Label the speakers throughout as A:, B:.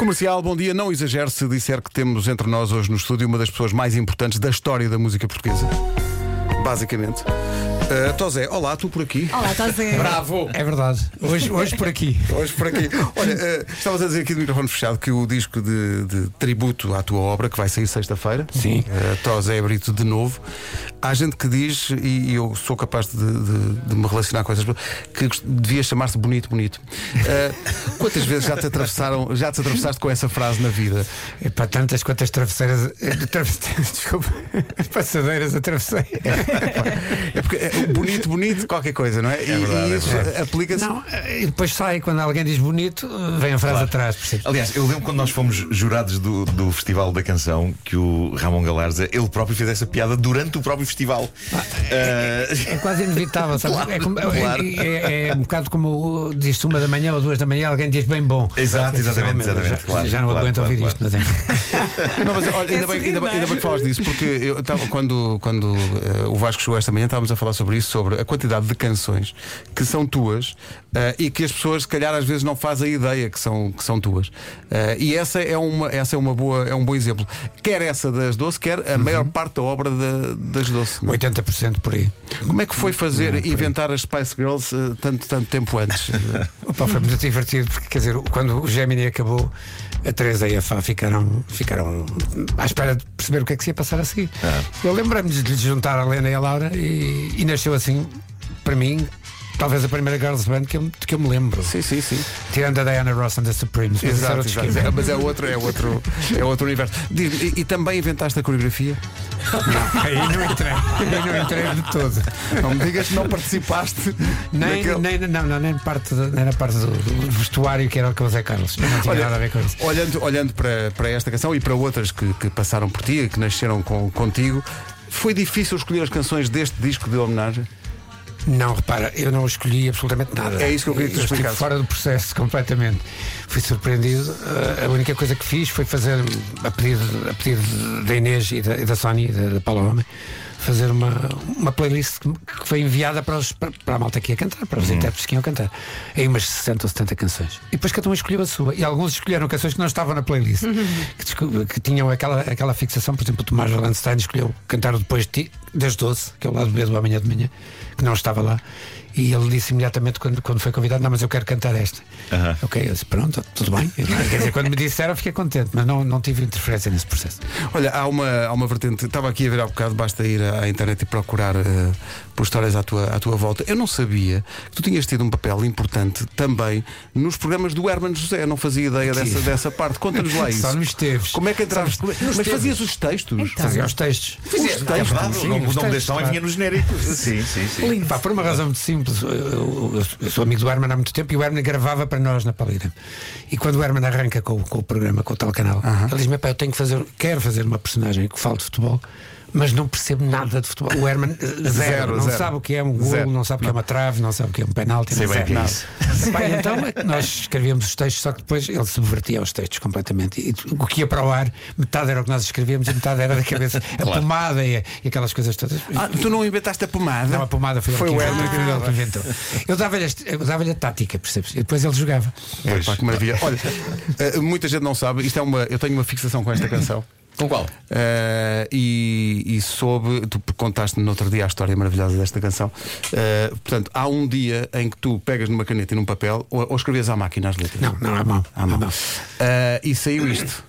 A: Comercial, bom dia. Não exagere se disser que temos entre nós hoje no estúdio uma das pessoas mais importantes da história da música portuguesa. Basicamente. Uh, Tozé, olá, tu por aqui.
B: Olá, estás a
C: Bravo!
D: É verdade. Hoje, hoje por aqui.
A: Hoje por aqui. Olha, eh, estavas a dizer aqui do microfone fechado que o disco de, de tributo à tua obra, que vai sair sexta-feira,
D: Sim.
A: eh, Tose é Brito de novo. Há gente que diz, e, e eu sou capaz de, de- de me relacionar com essas pessoas, que gost- devia chamar-se Bonito Bonito. Eh, quantas vezes já te, atravessaram, já te atravessaste com essa frase na vida?
D: É para tantas quantas travesseiras. eh, travesseiras desculpa. Passadeiras atravessei.
A: É porque eh, bonito, bonito, qualquer coisa, não é? e, e isso aplica-se.
D: Não, eh, e depois sai quando alguém diz bonito, eh, vem a frase atrás, percebes?
C: Aliás, eu lembro quando nós fomos jurados do, do Festival da Canção que o Ramon Galarza, ele próprio fez essa piada durante o próprio festival.
D: Ah.
C: Eh,
D: É quase inevitável, sabes?
C: Claro,
D: é, como- é-
C: claro.
D: é- é um bocado como diz-se uma da manhã ou duas da manhã, alguém diz bem bom.
C: Exato, exatamente,
D: Já-
C: exatamente.
D: já,
C: claro,
D: já não
C: claro,
D: aguento
C: claro,
D: ouvir
C: claro.
D: isto, mas é.
A: Não, mas olha, ainda, bem, ainda, bem, ainda bem que falas disso, porque eu estava quando, quando eh, o Vasco chegou esta manhã, estávamos a falar sobre isso, sobre a quantidade de canções que são tuas eh, e que as pessoas, se calhar, às vezes não fazem ideia que são, que são tuas. Eh, e essa é, uma, essa é, uma boa, é um bom exemplo. Quer essa das Doce, quer a maior parte da obra da- das Doce. não é?
D: 80% por aí.
A: Como é que foi fazer, inventar as Spice Girls eh, tanto, tanto tempo antes?
D: Opa, foi muito divertido, porque quer dizer, quando o Gemini acabou, a Teresa e a Fá ficaram, ficaram à espera de perceber o que é que se ia passar a seguir.
A: É.
D: Eu lembrei-me de lhes juntar a Lena e a Laura e, e nasceu assim, para mim, talvez a primeira Girls Band que eu, de que eu me lembro.
A: sim, sim, sim.
D: Tirando a Diana Ross and the Supremes. mas isso era
A: Exato,
D: outro
A: exato.
D: esquema.
A: É, mas é outro, é outro, é outro universo. Diz-me, e- e também inventaste a coreografia?
D: Aí não entrei, aí não entrei de todo.
A: Não me digas que não participaste
D: Nem,
A: daquele-
D: nem, não, não, nem, parte do- nem na parte do, do vestuário que era o que o Zé Carlos. Não tinha nada a ver com isso.
A: Olhando, olhando para, para esta canção e para outras que, que passaram por ti, e que nasceram com- contigo, foi difícil escolher as canções deste disco de homenagem?
D: Não, repara, eu não escolhi absolutamente nada.
A: É isso que eu queria que tu
D: estive
A: explicasses.
D: fora do processo completamente. Fui surpreendido. Uh, a única coisa que fiz foi fazer, a pedido, a pedido da Inês e da, e da Sónia e da, da Paula Homem, fazer uma, uma playlist que que foi enviada para, os- para, para a malta que ia cantar, para os intérpretes que iam cantar. Aí umas 60 ou 70 canções. E depois cada um escolheu a sua. E alguns escolheram canções que não estavam na playlist, que, descu- que tinham aquela, aquela fixação. Por exemplo, o Tomás Valenstein escolheu cantar o depois de ti, das 12, que é o lado B do amanhã de manhã, que não estava lá. E ele disse imediatamente quando, quando foi convidado: Não, mas eu quero cantar esta. Ok, eu disse: Pronto, tudo bem. Quer dizer, quando me disseram, fiquei contente, mas não, não tive interferência nesse processo.
A: Olha, há uma, há uma vertente. Estava aqui a ver há bocado, basta ir à, à internet e procurar eh, por histórias à tua, à tua volta. Eu não sabia que tu tinhas tido um papel importante também nos programas do Herman José. Eu não fazia ideia dessa, dessa parte. Conta-nos lá isso.
D: Só nos teves.
A: Como Tá. é que entravas? Como é- Mas fazias os textos?
D: Então. Fazia os textos.
A: Os
C: É
A: textos.
C: verdade, o nome- o nome
D: gostei,
C: da ação
D: claro.
C: vinha no genérico. Sim, sim, sim.
D: Pá, por uma razão muito simples, eu, eu- eu sou amigo do Herman há muito tempo e o Herman gravava para nós na Palira. E quando o Herman arranca com, o- com o programa, com o tal canal, ele diz-me: "Pá, eu tenho que fazer, quero fazer uma personagem que fale de futebol, mas não percebo nada de futebol. O Herman, eh, zero,
A: Zero,
D: não
A: zero.
D: sabe o que é um gol,
A: Zero.
D: não sabe o que é uma trave, não sabe o que é um penalti,
C: Sei
D: não
C: bem
D: sabe
C: que é
D: nada.
C: isso.
D: Pá, e então é que nós escrevíamos os textos, só que depois ele subvertia os textos completamente. E o que ia para o ar, metade era o que nós escrevíamos e metade era da cabeça, a pomada e, e aquelas coisas todas.
A: Ah, tu não inventaste a pomada?
D: Não, a pomada foi,
A: Foi
D: ele
A: o
D: que
A: Herman
D: inventou. Ele que inventou. Eu dava-lhe este- eu dava-lhe a tática, percebes? E depois ele jogava.
C: Pois.
A: Pá, que maravilha. Olha, eh, muita gente não sabe, isto é uma, eu tenho uma fixação com esta canção.
C: Com qual?
A: Eh, e, e soube, tu contaste-me no outro dia a história maravilhosa desta canção. Eh, portanto, há um dia em que tu pegas numa caneta e num papel ou, ou escrevias à máquina as letras.
D: Não, é não, à mão.
A: À mão. Eh, e saiu isto.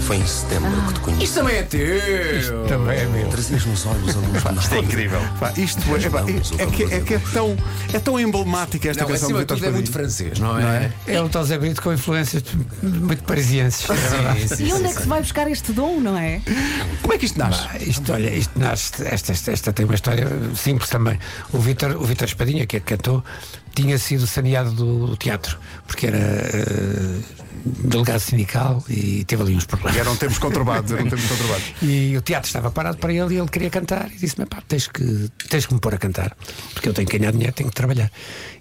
E: Foi em setembro
D: Ah.
E: que te conheci.
C: Também é teu!
D: Também é meu.
E: Trazias nos olhos a luz do
C: Isto é incrível.
A: Pá, isto é, epá, é, é que, é que é tão, é tão emblemática esta canção. do Vitor Espadinho.
E: é francês, não é?
D: É um José Brito com influências muito parisienses. É verdade.
B: E onde é que se vai buscar este dom, não é?
A: Como é que isto nasce?
D: Ah, Isto, olha, isto nasce, esta, esta, esta tem uma história simples também. O Vítor o Vítor Espadinha, que é que cantou, tinha sido saneado do, do teatro, porque era eh, delegado sindical e teve ali uns problemas.
A: E Eram tempos conturbados, eram tempos conturbados.
D: E o teatro estava parado para ele e ele queria cantar. E disse-me: pá, tens que, tens que me pôr a cantar, porque eu tenho que ganhar dinheiro, tenho que trabalhar.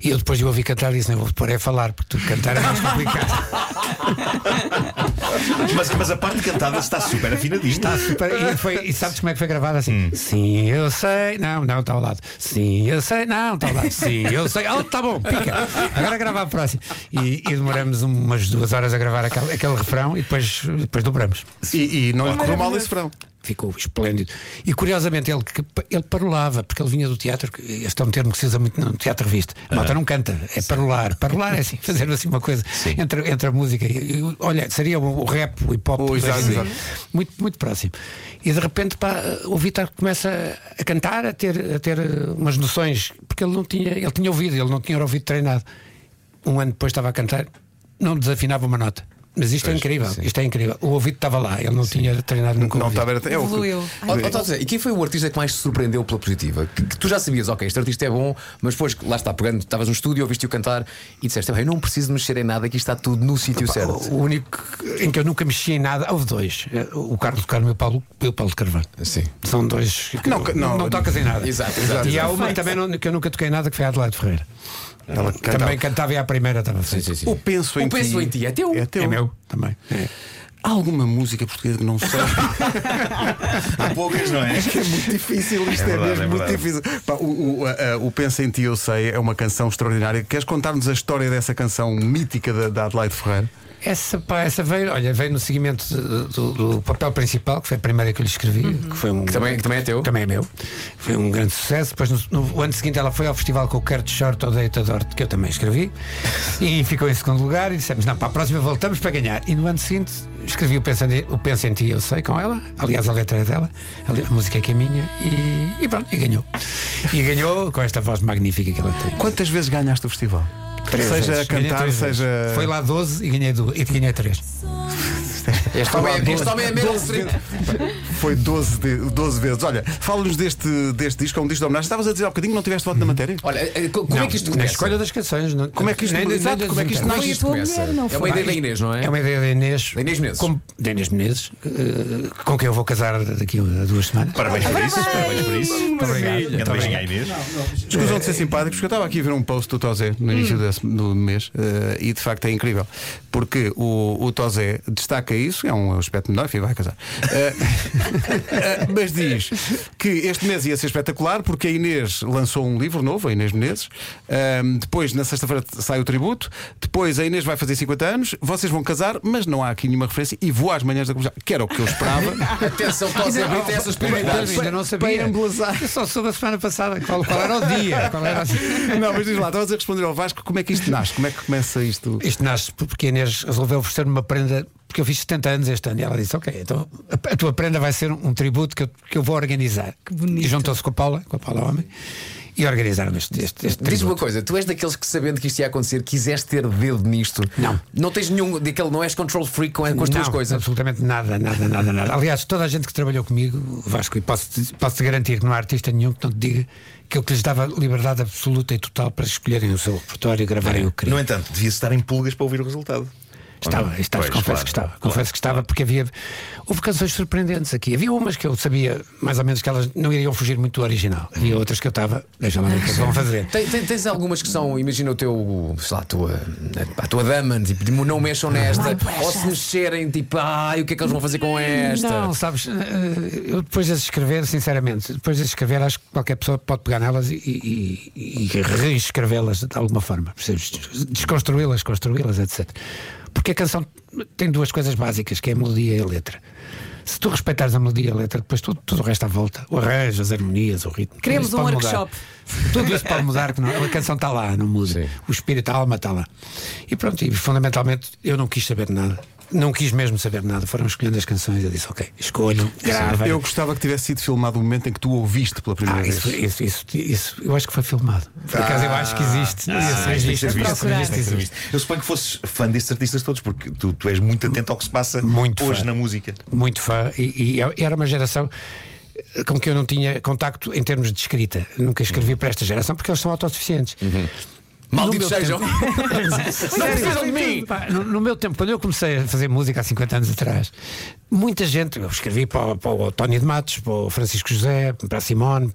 D: E eu depois de o ouvir cantar, disse: não, vou-te pôr é a falar, porque tu cantar é mais complicado.
C: Mas, mas a parte cantada está super afinadinha. Está
D: E, foi- e sabes como é que foi gravado assim? Sim, eu sei. Não, não, está ao lado. Sim, eu sei. Não, está ao lado. Sim, eu sei. Oh, está bom, pica. Agora grava a próxima. E, e demoramos umas duas horas a gravar aquele, aquele refrão e depois, depois dobramos.
A: E, e não lhe correu mal esse verão.
D: Ficou esplêndido. E curiosamente ele, que- ele parolava, porque ele vinha do teatro, que este é um termo que se usa muito no teatro revista. A malta não canta, é parolar. Parolar é assim, fazer assim uma coisa entre, entre a música. e- e- olha, seria o, o rap, o hip hop,
A: Oh, exato,
D: assim,
A: exato.
D: Muito, muito próximo. E de repente pá, o Vitor começa a cantar, a ter, a ter eh, umas noções, porque ele não tinha, ele tinha ouvido, ele não tinha ouvido treinado. Um ano depois estava a cantar, não desafinava uma nota. Mas isto é incrível, isto é incrível. O ouvido estava lá, ele não tinha treinado nunca.
A: Não
D: ouvido.
A: estava. É o que-
B: Evoluiu.
E: Ó, ó, estás a dizer, então, e quem foi o artista que mais te surpreendeu pela positiva? Que, que tu já sabias, ok, este artista é bom, mas depois lá está pegando, estavas no estúdio, ouviste-o cantar e disseste, "Bem, eu não preciso mexer em nada, aqui está tudo no sítio certo.
D: O único que- em que eu nunca mexi em nada, houve dois: Eh, o Carlos do Carmo e o Paulo, e o Paulo de Carvalho.
E: Sim.
D: São dois que
A: Não,
D: não,
A: que- não-
D: não, tocas em nada.
E: Exato, exato,
D: E há
E: exato.
D: uma também não- que eu nunca toquei em nada que foi a Adelaide Ferreira. Ela também cantava e à primeira estava feita.
E: sim, sim.
A: O penso em
E: O Penso
A: ti.
E: em Ti é teu.
A: É teu.
D: É meu também.
A: Há alguma música portuguesa que não sei?
C: Há poucas, não é?
A: é muito difícil, isto
C: É
A: é,
C: verdade,
A: mesmo
C: é
A: muito
C: verdade.
A: difícil. Pá, o, o, a- a- o Pensa em Ti, eu sei, é uma canção extraordinária. Queres contar-nos a história dessa canção mítica da, da Adelaide Ferreira?
D: Essa, pá, essa veio, olha, veio no seguimento do, do- do papel principal, que foi a primeira que eu lhe escrevi, que foi um.
E: Que também- que também é teu.
D: Também é meu. Foi um grande sucesso. Depois, no, no ano seguinte, ela foi ao festival com o Kurt Short ou Deitador, que eu também escrevi, e ficou em segundo lugar. E dissemos, não, para a próxima voltamos para ganhar. E no ano seguinte, escrevi o Pensa, em- o Pensa em Ti, eu sei, com ela. Aliás, a letra é dela, a, le- a música é que é minha, e, e pronto, e ganhou. E ganhou com esta voz magnífica que ela tem.
A: Quantas vezes ganhaste o festival? seja a
D: Ganhei
A: cantar,
D: três vezes.
A: seja.
D: Foi lá 12 e ganhei, du- e ganhei 3.
E: Este homem é, este homem é Meryl Streep.
A: Foi 12, de- 12 vezes. Olha, fala-nos deste, deste disco, é um disco de homenagem. Estavas a dizer há bocadinho que não tiveste voto na matéria?
E: Olha, eh, co- como é que isto
D: Na
E: começa?
D: escolha das canções. Não,
A: Como é que isto-
D: nem- nem
A: exato,
D: das
A: como é que isto
D: internas.
E: Como é que isto
B: Foi a tua
E: começa?
B: mulher, não
E: É uma
B: foi?
E: ideia da Inês, não é?
D: É uma ideia da Inês.
E: Da Inês Menezes.
D: Com, da Inês Menezes, eh, com quem eu vou casar daqui a duas semanas.
C: Parabéns por isso, parabéns por isso.
D: Muito obrigado.
C: Grande
D: Muito
C: beijinho à
D: obrigado.
C: Inês.
A: Escusam de ser simpáticos, porque eu estava aqui a ver um post do Tozé no início desse- do mês eh, e de facto é incrível. Porque o, o Tozé destaca isso, é um aspecto menor, enfim, vai casar. Eh, eh, mas diz que este mês ia ser espetacular porque a Inês lançou um livro novo, a Inês Menezes. Eh, depois, na sexta-feira, sai o tributo. Depois, a Inês vai fazer 50 anos. Vocês vão casar, mas não há aqui nenhuma referência. E vou às manhãs da comunidade, que era o que eu esperava.
E: Atenção, Tosa, abrita
D: Mas
E: essas prioridades.
D: Ainda não sabia. Eu só soube da semana passada qual, qual era o dia. Qual era a-
A: Não, mas diz lá, estavas a responder ao Vasco como é que isto nasce, como é que começa isto?
D: Isto nasce porque a Inês resolveu oferecer-me uma prenda, porque eu fiz 70 anos este ano, e ela disse: Ok, então a, a tua prenda vai ser um, um tributo que eu, que eu vou organizar. Que
B: bonito.
D: E juntou-se com a Paula, com a Paula Homem, e organizaram este, este, este
E: Diz-me
D: tributo.
E: uma coisa, tu és daqueles que sabendo que isto ia acontecer, quiseste ter dedo nisto?
D: Não.
E: Não tens nenhum, daquele, não és control freak com, com as tuas
D: Não,
E: coisas?
D: Absolutamente nada, nada, nada, nada. Aliás, toda a gente que trabalhou comigo, Vasco, e posso-te posso garantir que não há artista nenhum que não te diga que eu que lhes dava liberdade absoluta e total para escolherem o seu repertório e gravarem o que queriam.
C: No entanto, devia estar em pulgas para ouvir o resultado. Ou
D: Estava,
C: não?
D: estava,
C: é? Pois,
D: confesso
C: claro,
D: que estava.
C: claro.
D: Confesso que estava, porque havia. Houve canções surpreendentes aqui. Havia umas que eu sabia mais ou menos que elas não iriam fugir muito do original. Havia outras que eu estava. Deixa lá ver o que é que vão fazer.
E: Tem- tem- tens algumas que são, imagina o teu, sei lá, a tua, a tua dama, tipo, de- não mexam nesta,
B: Não
E: ou se mexerem, tipo, ai, o que é que eles vão fazer com esta?
D: Não, sabes, eh, eu depois de as escrever, sinceramente, depois de as escrever, acho que qualquer pessoa pode pegar nelas e, e- e- e reescrevê-las de alguma forma, percebes? Desconstruí-las, construí-las, etc. Porque a canção tem duas coisas básicas, que é a melodia e a letra. Se tu respeitares a melodia e a letra, depois tudo, tudo o resto à volta, o arranjo, as harmonias, o ritmo. tudo
B: Queremos
D: isso
B: um
D: pode
B: workshop.
D: Mudar. Tudo isso pode mudar, que não, é? a canção está lá, não muda.
E: Sim.
D: O espírito, a alma está lá. E pronto, e fundamentalmente eu não quis saber de nada. Não quis mesmo saber de nada. Foram escolhendo as canções. Eu disse, ok, escolho, grava.
A: Eu gostava que tivesse sido filmado o momento em que tu ouviste pela primeira
D: Ah,
A: vez.
D: isso, isso, isso, isso, eu acho que foi filmado. Por acaso eu acho que existe. Esse
C: Ah, isto tem que
D: registro,
C: ser visto,
D: esse
B: procurar.
D: registro
C: tem que ser
D: existe.
C: visto. Eu suponho que fosses fã destes artistas todos, porque tu, tu és muito atento ao que se passa
D: Muito
C: hoje
D: fã.
C: na música.
D: muito fã e, e eu- era uma geração eh, com que eu não tinha contacto em termos de escrita. Nunca escrevi para esta geração porque eles são autossuficientes.
E: Malditos
D: No meu
E: sejam.
D: Não precisam de mim. Pá, No, no meu tempo, quando eu comecei a fazer música há 50 anos atrás, muita gente, eu escrevi para, o- para o Tony de Matos, para o Francisco José, para a Simone,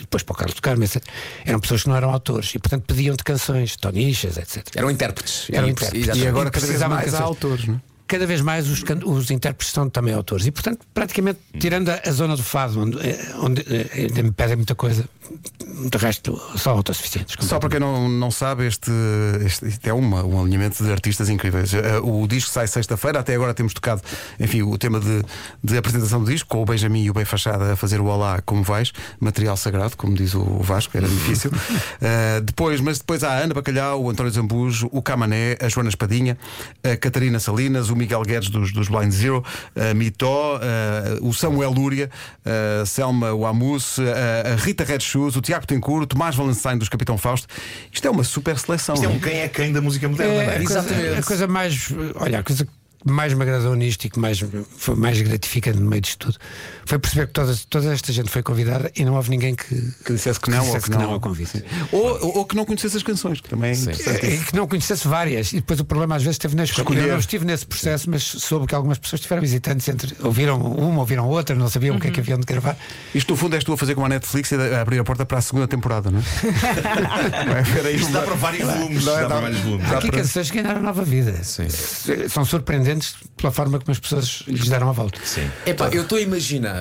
D: depois para o Carlos do Carmo, etc. Eram pessoas que não eram autores e, portanto, pediam-te canções, tonichas, etc.
E: Eram intérpretes.
D: Eram
E: E-
D: intérpretes.
E: exato.
A: E agora
D: E
A: cada vez
D: precisava
A: mais
D: de
A: há
D: canções.
A: autores, não é?
D: cada vez mais os, can- os intérpretes são também autores. E, portanto, praticamente, tirando a, a zona do fado, onde, eh, onde, eh, ainda me pedem muita coisa, de resto, só autossuficientes.
A: Só para quem não, não sabe, este, este, isto é uma, um alinhamento de artistas incríveis. Eh, O disco sai sexta-feira, até agora temos tocado, enfim, o tema de, de apresentação do disco, com o Benjamin e o Bem Fachada a fazer o Olá Como Vais, material sagrado, como diz o Vasco, era difícil. Eh, depois, mas depois há a Ana Bacalhau, o António Zambujo, o Camané, a Joana Espadinha, a Catarina Salinas, o Miguel Guedes dos, dos Blind Zero, a Mitó, eh, o Samuel Lúria, a Selma Wamus, a, a Rita Red Shoes, o Tiago Tencourt, o Tomás Valenstein dos Capitão Fausto. Isto é uma super seleção.
C: Isto é
A: não
C: um quem é quem da música moderna, não
D: a
C: é?
D: coisa, a coisa mais. Olha, a coisa que mais me agradou nisto e que mais, foi mais gratificante no meio disto tudo foi perceber que toda, toda esta gente foi convidada e não houve ninguém que,
A: Que dissesse que não, ou que
D: que
A: não.
D: ao convite.
A: Ou, ou- ou que não conhecesse as canções, que também é interessante.
D: E que não conhecesse várias. E depois o problema às vezes esteve na escolha.
A: Escolher.
D: Eu não estive nesse processo, mas soube que algumas pessoas tiveram visitantes entre. Ouviram uma, ouviram outra, não sabiam o que é que haviam de gravar.
A: Isto no fundo és tu a fazer como a Netflix e a abrir a porta para a segunda temporada, não é? Vai haver aí
C: Isto
A: uma-
C: dá para vários volumes.
A: Não é?
C: Dá
A: Dá-
C: para vários volumes.
D: Há aqui canções que ganharam nova vida. S- São surpreendentes pela forma como as pessoas lhes deram a volta.
C: Sim.
E: Epá, eu estou a imaginar.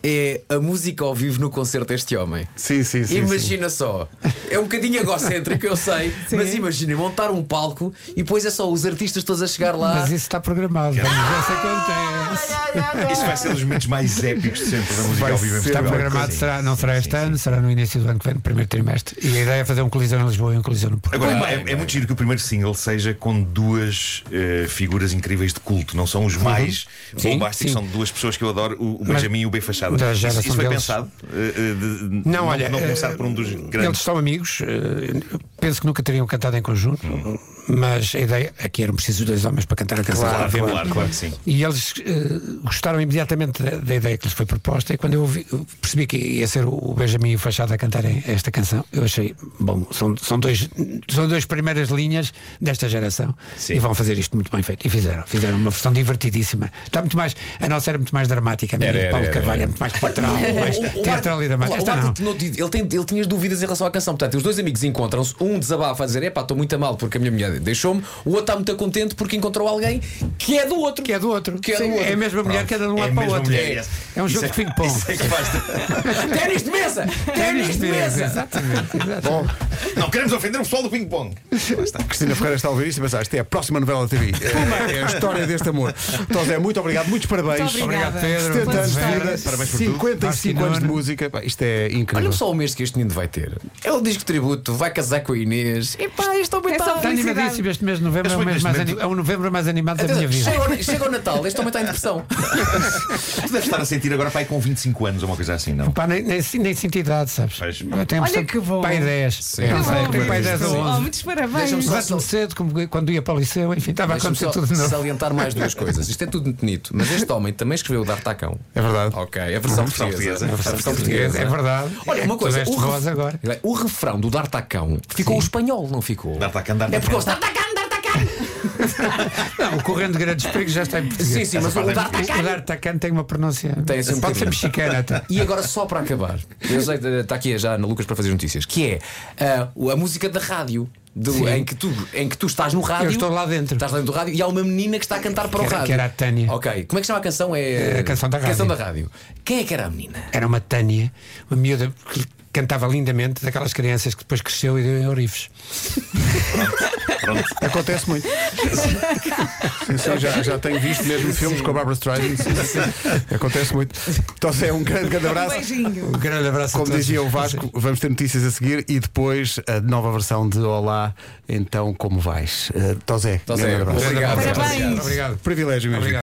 E: É a música ao vivo no concerto deste homem.
A: Sim, sim, sim. sim.
E: imagina só. É um bocadinho egocêntrico, eu sei. Mas imagina, montar um palco e depois é só os artistas todos a chegar
A: Ah.
E: lá.
D: Mas isso está programado. Vamos ver se acontece.
C: Isto vai ser um dos momentos mais épicos de sempre da música
A: Vai
C: ao vivo em
A: ser.
D: Está
A: Sim,
C: Portugal.
D: programado,
C: Sim.
D: será, não será este ano, será no início do ano que vem, no primeiro trimestre. E a ideia é fazer um colisão em Lisboa e um colisão no Porto.
C: Agora, é, é muito giro que o primeiro single seja com duas eh, figuras incríveis de culto. Não são os mais bombásticos,
D: Uhum. sim.
C: são duas pessoas que eu adoro, o, o Benjamin e o B Fachada.
D: da
C: Isso,
D: geração
C: isso foi
D: deles.
C: pensado? Eh, eh, de-
D: Não, olha,
C: Não
D: eh,
C: pensado por um dos
D: Eles
C: grandes.
D: são amigos, eh, penso que nunca teriam cantado em conjunto,
C: Uhum.
D: mas a ideia é que eram precisos dois homens para cantar a canção.
C: Claro, claro, claro, claro que sim.
D: E eles eh, gostaram imediatamente da, da ideia que lhes foi proposta. E quando eu ouvi- eu percebi que ia ser o- o Benjamin e o Fachada a cantarem esta canção, eu achei, bom, são, são, dois, são duas primeiras linhas desta geração
C: Sim.
D: e vão fazer isto muito bem feito. E fizeram, fizeram uma versão divertidíssima. Está muito mais, a nossa era muito mais dramática, a minha
C: Era,
D: de Paulo
C: era, era,
D: Carvalho é muito mais teatral, mais
E: O- o- o
D: teatral e
E: Marco-
D: dramática.
E: o
D: Esta
E: Marco
D: não.
E: tinha- ele, tem, ele tinha dúvidas em relação à canção. Portanto, os dois amigos encontram-se. Um desabafa a dizer: Epá, estou muito a mal porque a minha mulher deixou-me. O outro está muito contente porque encontrou alguém que é do outro.
D: Que é do outro.
E: Que é do
D: Sim,
E: outro.
D: a mesma mulher que é de um
C: É
D: lado para
C: a
D: o
C: mesma
D: outro.
C: mulher, yes.
D: É um
C: Isso
D: jogo de ping-pong.
C: Isso é que é basta.
E: Ténis de mesa! Ténis de mesa!
D: Exatamente, exatamente.
C: Não queremos ofender o pessoal do ping-pong.
A: Cristina Ferreira está a ouvir isto e pensar, isto é a próxima novela da TV. É, é a história deste amor. Então, Zé, muito obrigado, muitos parabéns.
B: Muito obrigada.
D: Obrigado, Pedro.
A: 70 anos de
D: Parabéns.
A: vida,
C: Parabéns por tudo.
A: 55 anos de música. Pá, isto é incrível.
E: Olha só o mês que este menino vai ter. É o disco tributo, vai casar com a Inês. Epá, este homem
B: É só
E: está.
D: Está animadíssimo este mês de novembro, é, o
C: Mas
D: mês
C: neste
D: mais
C: momento-
D: anim- é o novembro mais animado da é minha vida.
E: Então, Chega, o- chega o Natal, este homem está em depressão.
C: Tu deves estar a sentir agora pai com 25 anos ou uma coisa assim, não?
D: Pá, nem, nem, nem senti idade, sabes?
C: Pois.
D: Eu tenho a
B: Olha
D: impressão
B: que bom.
D: Pai 10.
E: Que
D: não
B: Tá bom.
D: sei,
B: Que
D: pai 10 ou
E: bom.
D: 11.
B: Oh, muitos parabéns.
E: Deixa-me só-
D: Levanto-me cedo, como quando ia para o liceu, enfim, estava a
E: Deixa-me
D: acontecer
E: só
D: tudo de novo.
E: salientar mais duas coisas. Isto é tudo muito bonito, mas este homem também escreveu o D'Artacão.
A: É verdade.
E: Ok, a versão portuguesa.
C: portuguesa.
E: A versão
D: É
E: portuguesa.
D: verdade.
E: Olha, uma coisa.
D: Tiveste
E: o ref-
D: voz agora.
E: O refrão do D'Artacão ficou o espanhol, não ficou?
C: D'Artacão, D'Artacão.
E: É porque o D'Artacão.
D: Não, o Correndo de Grandes Perigos já está em português.
E: Sim, sim, mas o
C: parte é muito
E: D'Artacão.
D: O D'Artacan tem uma pronúncia.
E: Tem, assim, um
D: Pode ser
E: bocadinho.
D: mexicana até.
E: E agora só para acabar, eu sei que está aqui já na Lucas para fazer as notícias, que é ah, o- a música da rádio. do-
D: Sim.
E: em, que tu, em que tu estás no rádio.
D: Eu estou lá dentro.
E: Estás lá dentro do rádio e há uma menina que está a cantar para
D: Que
E: o
D: era-
E: rádio.
D: que era a Tânia.
E: Ok. Como é que chama a canção? É
D: É a canção da rádio.
E: Quem é que era a menina?
D: Era uma Tânia, uma miúda que cantava lindamente, daquelas crianças que depois cresceu e deu em orifes.
A: Acontece muito. Sim, sim, já, já tenho visto mesmo filmes com a Barbara Streisand. Sim, sim. Acontece muito. Então, Zé, um grande, grande
B: Um
A: abraço.
B: beijinho.
D: Um grande abraço a
A: Como
D: todos.
A: dizia o Vasco, vamos ter notícias a seguir e depois a nova versão de Olá, então como vais? Eh, Tozé,
E: Tozé,
A: grande abraço.
E: obrigado.
B: Parabéns.
D: Obrigado.
A: Privilégio mesmo.
D: Obrigado.